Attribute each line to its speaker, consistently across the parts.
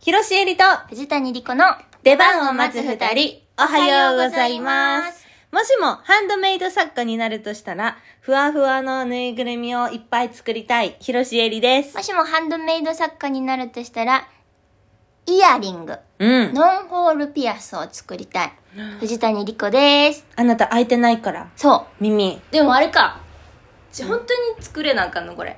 Speaker 1: ひろしえりと
Speaker 2: 藤谷莉子の
Speaker 1: 出番を待つ二人、おはようございます。もしもハンドメイド作家になるとしたら、ふわふわのぬいぐるみをいっぱい作りたい、ひろしえりです
Speaker 2: も。しもハンドメイド作家になるとしたら、イヤリング、
Speaker 1: うん。
Speaker 2: ノンホールピアスを作り たい。藤谷莉子です。
Speaker 1: あなた開いてないから、
Speaker 2: そ
Speaker 1: 耳。
Speaker 2: う。でもあれか。じゃ、本当に作れなあかんのこれ。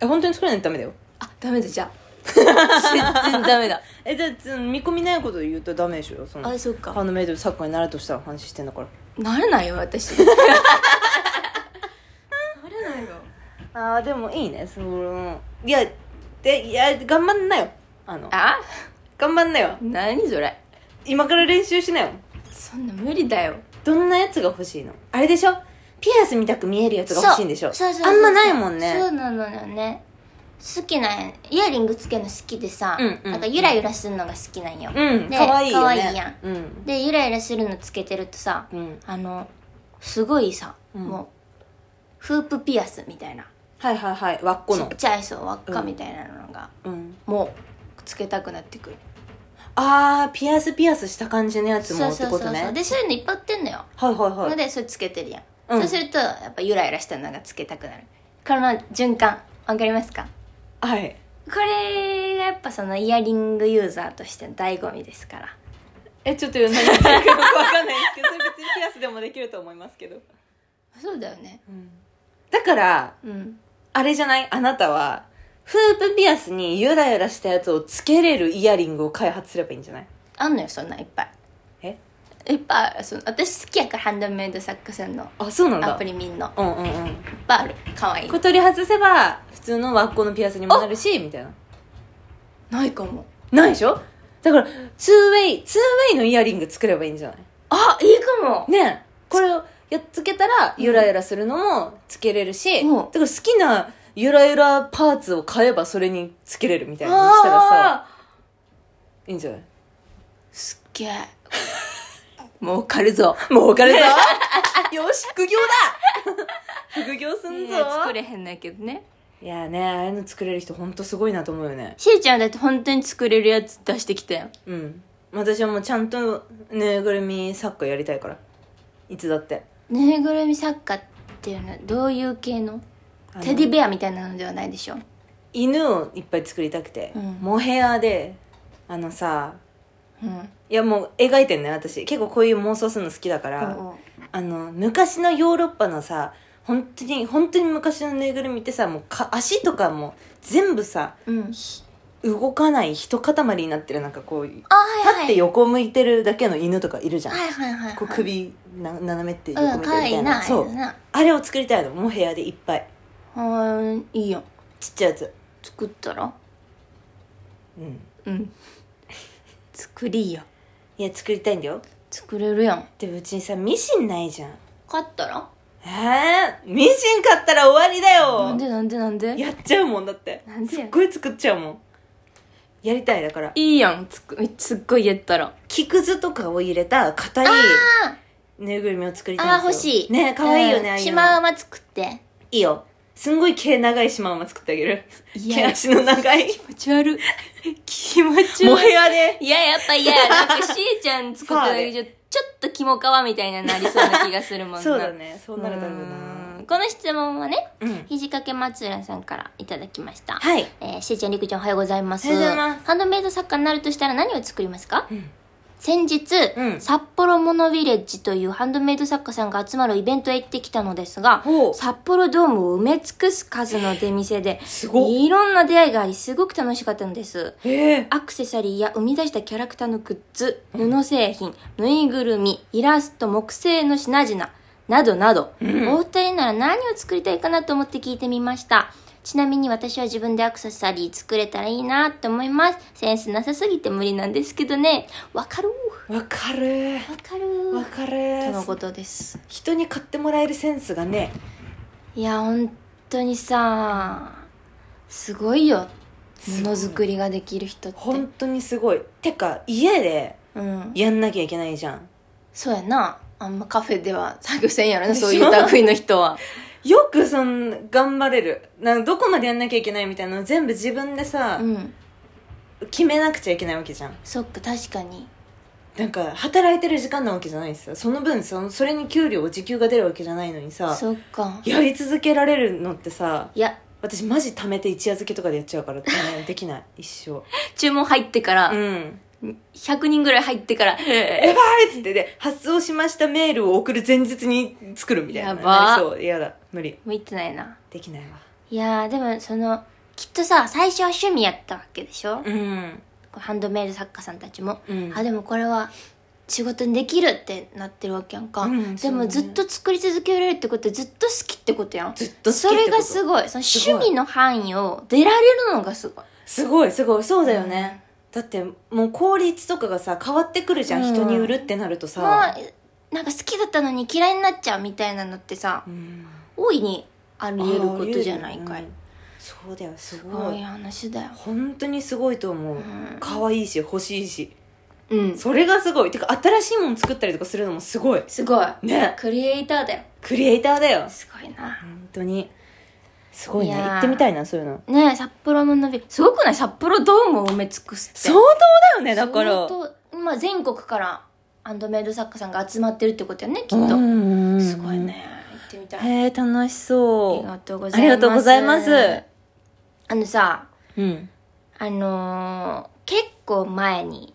Speaker 1: え、本当に作らないとダメだよ。
Speaker 2: あ、 ダメだ、じゃあ。全然ダメだ。
Speaker 1: え、だって見込みないこと言うとダメでしょ、その。
Speaker 2: あ、そっ
Speaker 1: ハ
Speaker 2: か。
Speaker 1: ンドメイド作家になるとしたら話してんだから。
Speaker 2: なれないよ、 私。なれないよ。
Speaker 1: ああ、でもいいね、その、いや、で、いや、頑張んなよ。あの、
Speaker 2: あ
Speaker 1: 頑張んなよ。
Speaker 2: 何それ。
Speaker 1: 今から練習しなよ。
Speaker 2: そんな無理だよ。
Speaker 1: どんなやつが欲しいのあれでしょピアスみたく見えるやつが欲しいんでしょ
Speaker 2: そうそうそう
Speaker 1: あんまないもん
Speaker 2: そう
Speaker 1: ね。
Speaker 2: なのよね好きなんやイヤリングつけるの好きでさ、
Speaker 1: うんうん
Speaker 2: なんかゆらゆらするのが好きなんよ、
Speaker 1: うん、
Speaker 2: で
Speaker 1: かわいいよね。
Speaker 2: 可愛いやん
Speaker 1: うん。
Speaker 2: でゆらゆらするのつけてるとさ、
Speaker 1: うん。
Speaker 2: あのすごいさ、
Speaker 1: うん
Speaker 2: もうフープピアスみたいな
Speaker 1: はいはいはい、輪っこ
Speaker 2: ち
Speaker 1: の
Speaker 2: っ。ちゃいそう輪っかみたいなのが、
Speaker 1: うん。
Speaker 2: もうつけたくなってくる
Speaker 1: あー、ピアスピアスした感じのやつ
Speaker 2: そ
Speaker 1: も
Speaker 2: う
Speaker 1: って
Speaker 2: そう
Speaker 1: こ
Speaker 2: そう
Speaker 1: と
Speaker 2: そう
Speaker 1: ね。
Speaker 2: でそういうのいっぱい売ってんのよ、
Speaker 1: はいはいは
Speaker 2: の
Speaker 1: い。
Speaker 2: でそれつけてるやん、
Speaker 1: うん
Speaker 2: そうするとやっぱゆらゆらしたのがつけたくなるこの循環わかりますか
Speaker 1: はい。
Speaker 2: これがやっぱそのイヤリングユーザーとしての醍醐味ですから
Speaker 1: え、ちょっと何言ってるかよくわかんないん ですけど、それ別にピアスでもできると思いますけど。
Speaker 2: そうだよね
Speaker 1: だから、
Speaker 2: うん
Speaker 1: あれじゃないあなたは、フープピアスにゆらゆらしたやつをつけれるイヤリングを開発すればいいんじゃない
Speaker 2: あんのよそんなんいっぱい
Speaker 1: え
Speaker 2: いっぱいその私好きやからハンドメイド作家さんの
Speaker 1: あ、そうなんだ。
Speaker 2: アプリみんの
Speaker 1: うんうんうん。
Speaker 2: いっぱいあるかわいい
Speaker 1: これ取り外せば、普通の輪っこのピアスにもなるし、みたいな。
Speaker 2: ないかも
Speaker 1: ないでしょだから、ツーウェイ、ツーウェイのイヤリング作ればいいんじゃない
Speaker 2: あいいかも
Speaker 1: ねえこれをやっつけたら、ゆらゆらするのもつけれるし、
Speaker 2: うん
Speaker 1: だから好きなゆらゆらパーツを買えばそれにつけれるみたいなのにしたらさ、
Speaker 2: あ
Speaker 1: いいんじゃない
Speaker 2: ーすっ げえ儲かるぞ
Speaker 1: もうお金 ぞよし、副業だ 副業すんぞ、
Speaker 2: いや作れへんないけどね
Speaker 1: いやね、ああいうの作れる人ほんとすごいなと思うよね。
Speaker 2: しーちゃんだって本当に作れるやつ出してきたよ
Speaker 1: うん。私はもうちゃんとぬいぐるみサッカーやりたいから。いつだって。
Speaker 2: ぬいぐるみ作家っていうのはどういう系の
Speaker 1: あの
Speaker 2: テディベアみたいなのではないでしょ
Speaker 1: 犬をいっぱい作りたくて、
Speaker 2: うん
Speaker 1: モヘアであのさ
Speaker 2: うん
Speaker 1: いやもう描いてんね私結構こういう妄想するの好きだから、あの昔のヨーロッパのさ本当に本当に昔のぬいぐるみってさもうか足とかも全部さ
Speaker 2: うん
Speaker 1: 動かない一塊になってるなんかこう立
Speaker 2: あはいはい
Speaker 1: って横向いてるだけの犬とかいるじゃん、
Speaker 2: はいはいはいはい
Speaker 1: こう首な斜めって
Speaker 2: う
Speaker 1: 横
Speaker 2: ん
Speaker 1: 向い
Speaker 2: かわい
Speaker 1: てるみた
Speaker 2: い
Speaker 1: いな、
Speaker 2: な
Speaker 1: そ
Speaker 2: あ
Speaker 1: う
Speaker 2: れな
Speaker 1: あれを作りたいのモヘアでいっぱい
Speaker 2: うんいいよ
Speaker 1: ちっちゃいやつ
Speaker 2: 作ったら
Speaker 1: うん
Speaker 2: うん作りよ
Speaker 1: いや作りたいんだよ
Speaker 2: 作れるやん
Speaker 1: でもうちにさミシンないじゃん
Speaker 2: 買ったら
Speaker 1: えー、ミシン買ったら終わりだ
Speaker 2: なん
Speaker 1: よ
Speaker 2: でなんでなんで
Speaker 1: やっちゃうもんだって
Speaker 2: なんです
Speaker 1: っごい作っちゃうもんやりたいだから
Speaker 2: いいやんつくめっちゃすっごいやったら
Speaker 1: 木くずとかを入れた硬いぬいぐるみを作りたいんです
Speaker 2: あ
Speaker 1: よ
Speaker 2: ー欲しい
Speaker 1: ね可愛いよね、
Speaker 2: うん
Speaker 1: ああいうの
Speaker 2: シマウマ作って
Speaker 1: いいよすんごい毛長いシマウマ作ってあげる
Speaker 2: い
Speaker 1: 毛
Speaker 2: や
Speaker 1: 足の長い
Speaker 2: 持ち悪い気持ち
Speaker 1: モ
Speaker 2: 悪い
Speaker 1: ヘアで
Speaker 2: いややっぱ嫌やなんかしーちゃん作っただけじゃちょっとキモカワみたいになりそうな気がするもんな
Speaker 1: そうだねそうなるだろう
Speaker 2: うんこの質問はね
Speaker 1: なうん
Speaker 2: 肘掛け松浦さんからいただきました
Speaker 1: はい
Speaker 2: えー、しーちゃん、りくちゃん、おはようございます。
Speaker 1: おはようございます
Speaker 2: ハンドメイド作家になるとしたら何を作りますか、
Speaker 1: うん
Speaker 2: 先日、
Speaker 1: うん
Speaker 2: 札幌モノヴィレッジというハンドメイド作家さんが集まるイベントへ行ってきたのですが、
Speaker 1: ほう
Speaker 2: 札幌ドームを埋め尽くす数の出店で、
Speaker 1: すごっ
Speaker 2: いろんな出会いがあり、すごく楽しかったのです。
Speaker 1: えー、
Speaker 2: アクセサリーや生み出したキャラクターのグッズ、布製品、ぬいぐるみ、イラスト、木製の品々、などなど、お二人なら何を作りたいかなと思って聞いてみました。ちなみに私は自分でアクセサリー作れたらいいなって思います。センスなさすぎて無理なんですけどね。わかる
Speaker 1: わかる
Speaker 2: わかる
Speaker 1: わかる
Speaker 2: とのことです。
Speaker 1: 人に買ってもらえるセンスがね
Speaker 2: いや、本当にさ、すごいよ。ものづくりができる人って。
Speaker 1: 本当にすごいてか家で
Speaker 2: うん。
Speaker 1: やんなきゃいけないじゃん
Speaker 2: そうやな。あんまカフェ では作業せんやろな、そういう類の人は。
Speaker 1: よくそん頑張れるなんかどこまでやんなきゃいけないみたいなの全部自分でさ
Speaker 2: う、ん。
Speaker 1: 決めなくちゃいけないわけじゃん
Speaker 2: そっか確かに
Speaker 1: なんか働いてる時間なわけじゃないんですよその分そのそれに給料時給が出るわけじゃないのにさ
Speaker 2: そっか
Speaker 1: やり続けられるのってさ
Speaker 2: いや
Speaker 1: 私マジ貯めて一夜漬けとかでやっちゃうから、ね、できない一生
Speaker 2: 注文入ってから、
Speaker 1: うん
Speaker 2: 100人ぐらい入ってから
Speaker 1: やばいっつってで発送しましたメールを送る前日に作るみたいな
Speaker 2: やば
Speaker 1: そう嫌だ無理
Speaker 2: 向いてないな
Speaker 1: できないわ
Speaker 2: いやーでもそのきっとさ最初は趣味やったわけでしょ、
Speaker 1: うん
Speaker 2: ハンドメイド作家さんたちも、
Speaker 1: うん
Speaker 2: あでもこれは仕事にできるってなってるわけやんか、
Speaker 1: うん
Speaker 2: で
Speaker 1: そう
Speaker 2: も
Speaker 1: ね
Speaker 2: ずっと作り続けられるってことはずっと好きってことやん
Speaker 1: ずっと好きって
Speaker 2: そ
Speaker 1: こと
Speaker 2: れがすごいその
Speaker 1: すごい
Speaker 2: 趣味の範囲を出られるのがすごい
Speaker 1: すごいすごいそうだよね、だってもう効率とかがさ変わってくるじゃん、
Speaker 2: うん
Speaker 1: 人に売るってなると
Speaker 2: もう
Speaker 1: さ、
Speaker 2: なんか好きだったのに嫌いになっちゃうみたいなのってさ
Speaker 1: うん、
Speaker 2: 大いにあり得ることじゃないか
Speaker 1: あー言え
Speaker 2: い
Speaker 1: るよねそうだよす
Speaker 2: すご
Speaker 1: ご
Speaker 2: い
Speaker 1: い
Speaker 2: 話だよ
Speaker 1: 本当にすごいと思う、
Speaker 2: ん
Speaker 1: 可愛いし欲しいし
Speaker 2: うん
Speaker 1: それがすごいてか新しいもの作ったりとかするのもすごい
Speaker 2: すごい
Speaker 1: ね
Speaker 2: クリエイターだよ
Speaker 1: クリエイターだよ
Speaker 2: すごいな
Speaker 1: 本当にすごいね
Speaker 2: いやー
Speaker 1: 行ってみたいなそういうの
Speaker 2: ねえ札幌の伸びすごくない札幌ドームを埋め尽くすって
Speaker 1: 相当だよねだから
Speaker 2: 相当まあ、全国からハンドメイド作家さんが集まってるってことよねきっと、
Speaker 1: うん
Speaker 2: すごいね行ってみたい、
Speaker 1: へえ楽し
Speaker 2: あ
Speaker 1: そ
Speaker 2: りが
Speaker 1: う
Speaker 2: とうございます
Speaker 1: ありがとうございます
Speaker 2: あのさ
Speaker 1: うん
Speaker 2: あのー結構前に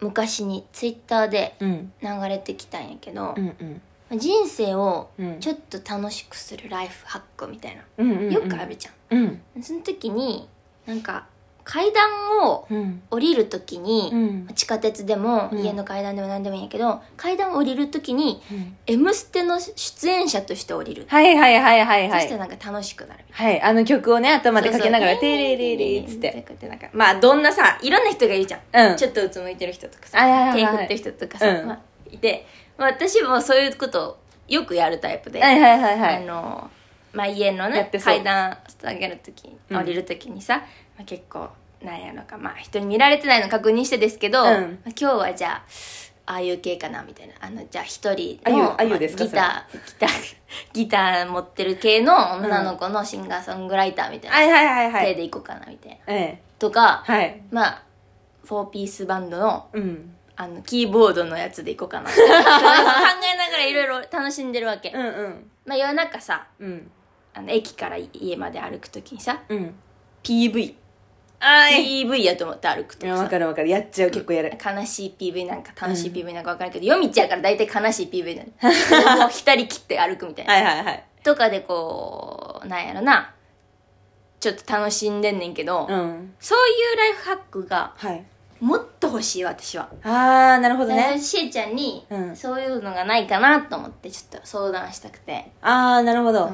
Speaker 2: 昔にツイッターで
Speaker 1: うん
Speaker 2: 流れてきたんやけど
Speaker 1: う、ん
Speaker 2: 人生を
Speaker 1: うん
Speaker 2: ちょっと楽しくするライフハックみたいな、
Speaker 1: うんうん
Speaker 2: よくあるじゃん、
Speaker 1: うん
Speaker 2: その時になんか階段を
Speaker 1: うん
Speaker 2: 降りる時に、
Speaker 1: うん
Speaker 2: 地下鉄でも
Speaker 1: うん
Speaker 2: 家の階段でも何でもいいんやけど、階段を降りる時に
Speaker 1: うん
Speaker 2: 「M ステ」の出演者として降りる、
Speaker 1: はいはいはいはいは
Speaker 2: そして
Speaker 1: い
Speaker 2: なんか楽しくなるみ
Speaker 1: はいあの曲をね頭でかけながら「
Speaker 2: そうそ
Speaker 1: テ
Speaker 2: う
Speaker 1: レレレ」っつって
Speaker 2: たいななんかまあどんなさいろんな人がいるじゃん、
Speaker 1: うん
Speaker 2: ちょっとうつむいてる人とかさ
Speaker 1: はいはいはい
Speaker 2: 手
Speaker 1: はい
Speaker 2: 振ってる人とかさ、
Speaker 1: うん
Speaker 2: まあ、いて、まあ、私もそういうことをよくやるタイプで、
Speaker 1: はいはいはいは
Speaker 2: あ
Speaker 1: い
Speaker 2: の、まあ、家の
Speaker 1: や
Speaker 2: ね
Speaker 1: ってそう
Speaker 2: 階段下げる時
Speaker 1: うん
Speaker 2: 降りる時にさ、まあ、結構なんやのか、まあ、人に見られてないの確認してですけ
Speaker 1: う
Speaker 2: ど、
Speaker 1: ん
Speaker 2: まあ、今日はじゃあああいう系かなみたいなあのじゃあ一人
Speaker 1: あゆ
Speaker 2: の
Speaker 1: あゆですか
Speaker 2: ギターギター ギター持ってる系の女の子のシンガーソングライターみたいな、
Speaker 1: はいはいはいは
Speaker 2: 手
Speaker 1: い
Speaker 2: でいこうかなみたいな
Speaker 1: ええ
Speaker 2: とか、
Speaker 1: はい
Speaker 2: まあフォーピースバンドの
Speaker 1: うん
Speaker 2: あのキーボードのやつでいこうかな そういうの考えながらいろいろ楽しんでるわけ、
Speaker 1: うんうん
Speaker 2: まあ夜中さ
Speaker 1: うん
Speaker 2: あの駅から家まで歩くときにさ
Speaker 1: うん。
Speaker 2: PV
Speaker 1: あい。
Speaker 2: PV やと思って歩くと
Speaker 1: や、わ
Speaker 2: さ
Speaker 1: かるわかる。やっちゃう、結構やる。
Speaker 2: 悲しい PV なんか楽しい PV なんか分からんけど、夜道やから大体悲しい PV なのもう浸り切って歩くみたいな、
Speaker 1: はいはいはい。
Speaker 2: とかでこうなんやろなちょっと楽しんでんねんけど、
Speaker 1: うん。
Speaker 2: そういうライフハックが
Speaker 1: はい。
Speaker 2: もっと欲しい私は、
Speaker 1: あー、なるほど
Speaker 2: だから
Speaker 1: ね。
Speaker 2: しえちゃんに、
Speaker 1: うん
Speaker 2: そういうのがないかなと思ってちょっと相談したくて
Speaker 1: あー、なるほど。
Speaker 2: うん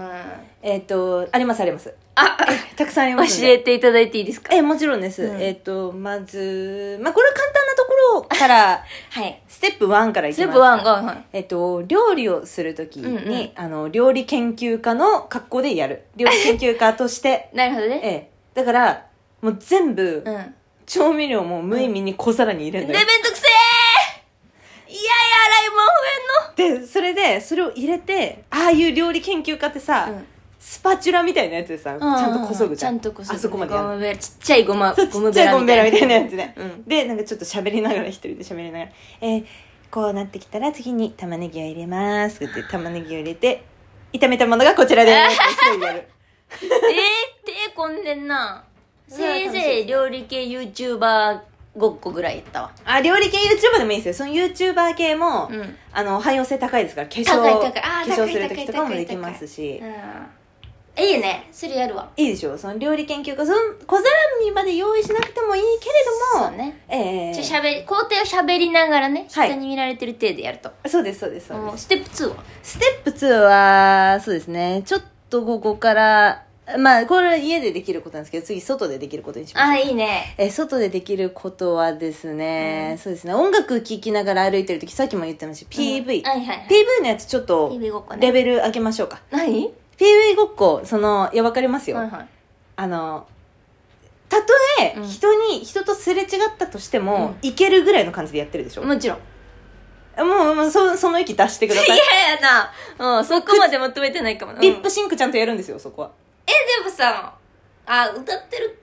Speaker 1: えっ、と、ありますあります。
Speaker 2: あ
Speaker 1: えたくさんありますん
Speaker 2: 教
Speaker 1: で。
Speaker 2: えていただいていいですか
Speaker 1: え、もちろんです。
Speaker 2: うん
Speaker 1: えっ、と、まず、まあ、これは簡単なところ から、
Speaker 2: はい
Speaker 1: ステップ1からいきます。
Speaker 2: スープワンがはい
Speaker 1: えっと、料理をするときに、
Speaker 2: うんうん
Speaker 1: あの、料理研究家の格好でやる。料理研究家と して。
Speaker 2: なるほどね
Speaker 1: ええ。だから、もう全部、
Speaker 2: うん。
Speaker 1: 調味料も無意味に小皿に入れ
Speaker 2: で、
Speaker 1: る
Speaker 2: め
Speaker 1: の
Speaker 2: ん
Speaker 1: よ。
Speaker 2: どくせえいやいや、洗い物
Speaker 1: でそれでそれを入れてああいう料理研究家ってさ、
Speaker 2: うん
Speaker 1: スパチュラみたいなやつでさ、
Speaker 2: 増えんの
Speaker 1: ちゃんとこそぐじゃん
Speaker 2: ちゃんとこそぐ。
Speaker 1: あそこまでや
Speaker 2: ゴ
Speaker 1: る
Speaker 2: ムベラ、ちっちゃいゴマ、
Speaker 1: そう
Speaker 2: ゴ
Speaker 1: ち
Speaker 2: ム
Speaker 1: っち
Speaker 2: ベ
Speaker 1: ゃい
Speaker 2: ラ
Speaker 1: ゴム
Speaker 2: み
Speaker 1: ベ
Speaker 2: た
Speaker 1: ラみ
Speaker 2: いな。
Speaker 1: たいなやつね、
Speaker 2: うん
Speaker 1: でなんかちょっと喋りながら一人で喋りながらえーこうなってきたら次に玉ねぎを入れますって言 って玉ねぎを入れて炒めたものがこちらです一人でやる
Speaker 2: えー、手込んでんな。せいぜい料理系 YouTuber ごっこぐらいやったわ。
Speaker 1: あ料理系 YouTuber でもいいですよその YouTuber 系も、
Speaker 2: うん
Speaker 1: あの汎用性高いですから化粧
Speaker 2: 高い高い。あー
Speaker 1: 化
Speaker 2: 高
Speaker 1: 粧
Speaker 2: い
Speaker 1: する
Speaker 2: 高
Speaker 1: 時
Speaker 2: い
Speaker 1: とかも
Speaker 2: 高い
Speaker 1: できますし
Speaker 2: 高いうんいいね。それやるわ。
Speaker 1: いいでしょその料理研究家その小皿にまで用意しなくてもいいけれども
Speaker 2: そうね。
Speaker 1: ええ
Speaker 2: じゃあしゃべり、工程をしゃべりながらね、
Speaker 1: はい
Speaker 2: 人に見られてる程度やると。
Speaker 1: そうですそうですそう
Speaker 2: も
Speaker 1: で
Speaker 2: う
Speaker 1: す
Speaker 2: ステップ2は。
Speaker 1: ステップ2はそうですねちょっとここからまあこれは家でできることなんですけど次外でできることにしましょ
Speaker 2: あ
Speaker 1: う
Speaker 2: ー、いいね。
Speaker 1: え外でできることはですね、そうですね音楽聴きながら歩いてる時さっきも言ってましたし PV、
Speaker 2: うんはいはいはい。
Speaker 1: PV のやつちょっと
Speaker 2: PV ごっこね
Speaker 1: レベル上げましょうか、
Speaker 2: 何
Speaker 1: PV ごっこそのいやわかりますよ、
Speaker 2: はいはい。
Speaker 1: あのたとえ
Speaker 2: うん
Speaker 1: 人に、人とすれ違ったとしても、
Speaker 2: う
Speaker 1: いけるぐらいの感じでやってるでしょ、
Speaker 2: も ちろん。
Speaker 1: もうもうそその息出してください
Speaker 2: 嫌やな。うん、そこまで求めてないかもな。
Speaker 1: リッ
Speaker 2: う
Speaker 1: プ
Speaker 2: ん
Speaker 1: シンクちゃんとやるんですよそこは
Speaker 2: え、でもさ、あ、歌ってる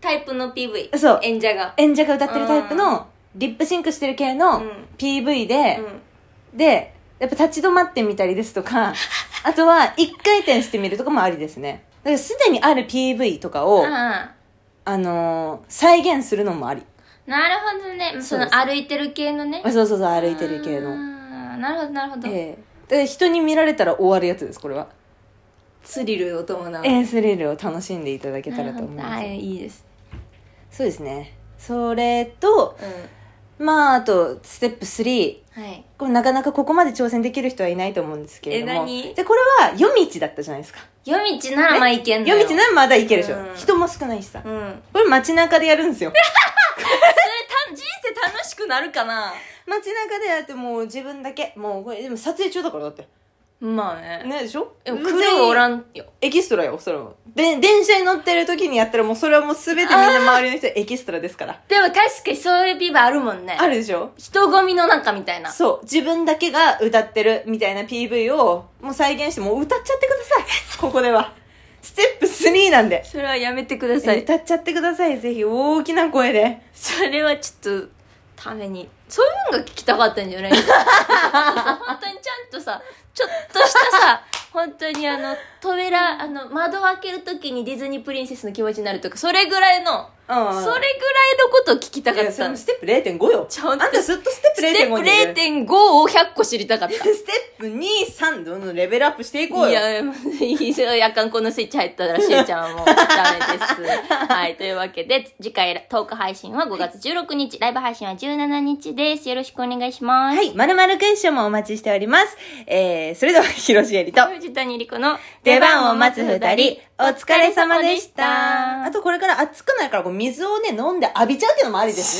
Speaker 2: タイプの PV
Speaker 1: そう
Speaker 2: 演者が
Speaker 1: 演者が歌ってるタイプのリップシンクしてる系の
Speaker 2: うん
Speaker 1: PV で、
Speaker 2: うん
Speaker 1: でやっぱ立ち止まってみたりですと かあとは一回転してみるとかもありですねだからすでにある PV とかを、
Speaker 2: ああ
Speaker 1: あのー再現するのもあり
Speaker 2: なるほどねそ
Speaker 1: そうで
Speaker 2: の
Speaker 1: す
Speaker 2: 歩いてる系のね
Speaker 1: あそうそうそう歩いてる系の
Speaker 2: あーなるほどなるほど、
Speaker 1: ええで人に見られたら終わるやつですこれは、
Speaker 2: スリルを伴う
Speaker 1: ええスリルを楽しんでいただけたらと思い
Speaker 2: なるほど
Speaker 1: ま
Speaker 2: あ
Speaker 1: す
Speaker 2: ーいいです、
Speaker 1: そうですねそれとまああとステップ3
Speaker 2: うん、はい
Speaker 1: これなかなかここまで挑戦できる人はいないと思うんですけれども
Speaker 2: え何
Speaker 1: でこれは夜道だったじゃないですか
Speaker 2: 夜道ならまあいけんのよ
Speaker 1: 夜道ならまだいけるでしょ、
Speaker 2: うん
Speaker 1: 人も少ないしさ、
Speaker 2: うん
Speaker 1: これ街中でやるんですよ
Speaker 2: た人生楽しくなるかな
Speaker 1: 街中でやってもう自分だけもうこれでも撮影中だからだって
Speaker 2: まあね
Speaker 1: ねでしょ
Speaker 2: でも来るおらんよ
Speaker 1: エキストラよそれはで電車に乗ってる時にやったらもうそれはもう全てみんな周りの人エキストラですから
Speaker 2: でも確かにそういうビバあるもんね
Speaker 1: あるでしょ
Speaker 2: 人混みの中みたいな
Speaker 1: そう自分だけが歌ってるみたいな PV をもう再現してもう歌っちゃってくださいここではステップ3なんで
Speaker 2: それはやめてください
Speaker 1: 歌っちゃってくださいぜひ大きな声で
Speaker 2: それはちょっとためにそういうのが聞きたかったんじ ゃない本当にちゃんとさちょっとしたさ本当にあの扉あの窓を開けるときにディズニープリンセスの気持ちになるとかそれぐらいの
Speaker 1: うん
Speaker 2: それぐらいのことを聞きたか
Speaker 1: い
Speaker 2: っ
Speaker 1: やそ
Speaker 2: た
Speaker 1: れも
Speaker 2: の
Speaker 1: ステップ0.5よ
Speaker 2: ちょっと
Speaker 1: あんたずっとステ
Speaker 2: ステ
Speaker 1: ッ
Speaker 2: ッ
Speaker 1: プ0.5
Speaker 2: プ
Speaker 1: にいる
Speaker 2: 0.5を100個知りたかった
Speaker 1: ステップ23どんどんレベルアップしていこうよ
Speaker 2: いや、 いいよやかんこのスイッチ入ったら、しえちゃんはもうダ メです。はい、というわけで、次回トーク配信は5月16日、ライブ配信は17日です。よろしくお願いします。
Speaker 1: はい、まるまるクエスチョンもお待ちしております。えー、それでは、 ひろしえりと、
Speaker 2: 藤谷莉子の
Speaker 1: 出番を待つ二人、お疲れ様でした。あと、これから暑くなるから、こう水をね、飲んで浴びちゃうっていうのもありですね。